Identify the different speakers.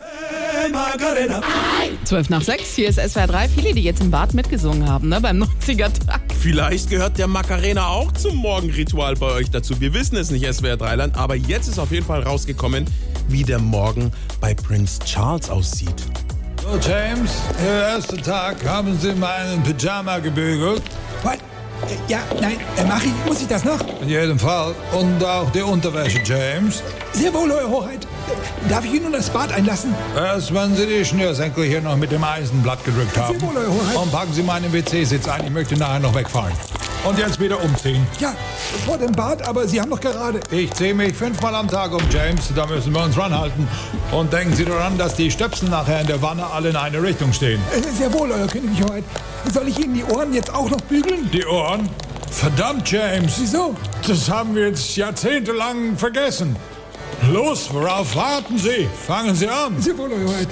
Speaker 1: Äh, Macarena.
Speaker 2: 12 nach 6, hier ist SWR 3. Viele, die jetzt im Bad mitgesungen haben, ne, beim 90er-Tag.
Speaker 1: Vielleicht gehört der Macarena auch zum Morgenritual bei euch dazu. Wir wissen es nicht, SWR Dreiland, aber jetzt ist auf jeden Fall rausgekommen, wie der Morgen bei Prince Charles aussieht.
Speaker 3: So, James, der erste Tag haben Sie meinen Pyjama gebügelt.
Speaker 4: What? Äh, Ja, nein, äh, mach ich. Muss ich das noch?
Speaker 3: In jedem Fall. Und auch die Unterwäsche, James.
Speaker 4: Sehr wohl, Eure Hoheit. Äh, Darf ich Ihnen nun das Bad einlassen?
Speaker 3: Erst wenn Sie die Schnürsenkel hier noch mit dem Eisenblatt gedrückt haben.
Speaker 4: wohl, Eure Hoheit.
Speaker 3: Und packen Sie meinen WC-Sitz ein. Ich möchte nachher noch wegfahren. Und jetzt wieder umziehen.
Speaker 4: Ja, vor dem Bad, aber Sie haben doch gerade...
Speaker 3: Ich ziehe mich fünfmal am Tag um, James. Da müssen wir uns ranhalten. Und denken Sie daran, dass die Stöpsel nachher in der Wanne alle in eine Richtung stehen.
Speaker 4: Äh, Sehr wohl, Eure Königliche Hoheit. Soll ich Ihnen die Ohren jetzt auch noch bügeln?
Speaker 3: Die Ohren? Verdammt, James.
Speaker 4: Wieso?
Speaker 3: Das haben wir jetzt jahrzehntelang vergessen. Los, worauf warten Sie? Fangen Sie an.
Speaker 4: Sehr wohl, Eure Hoheit.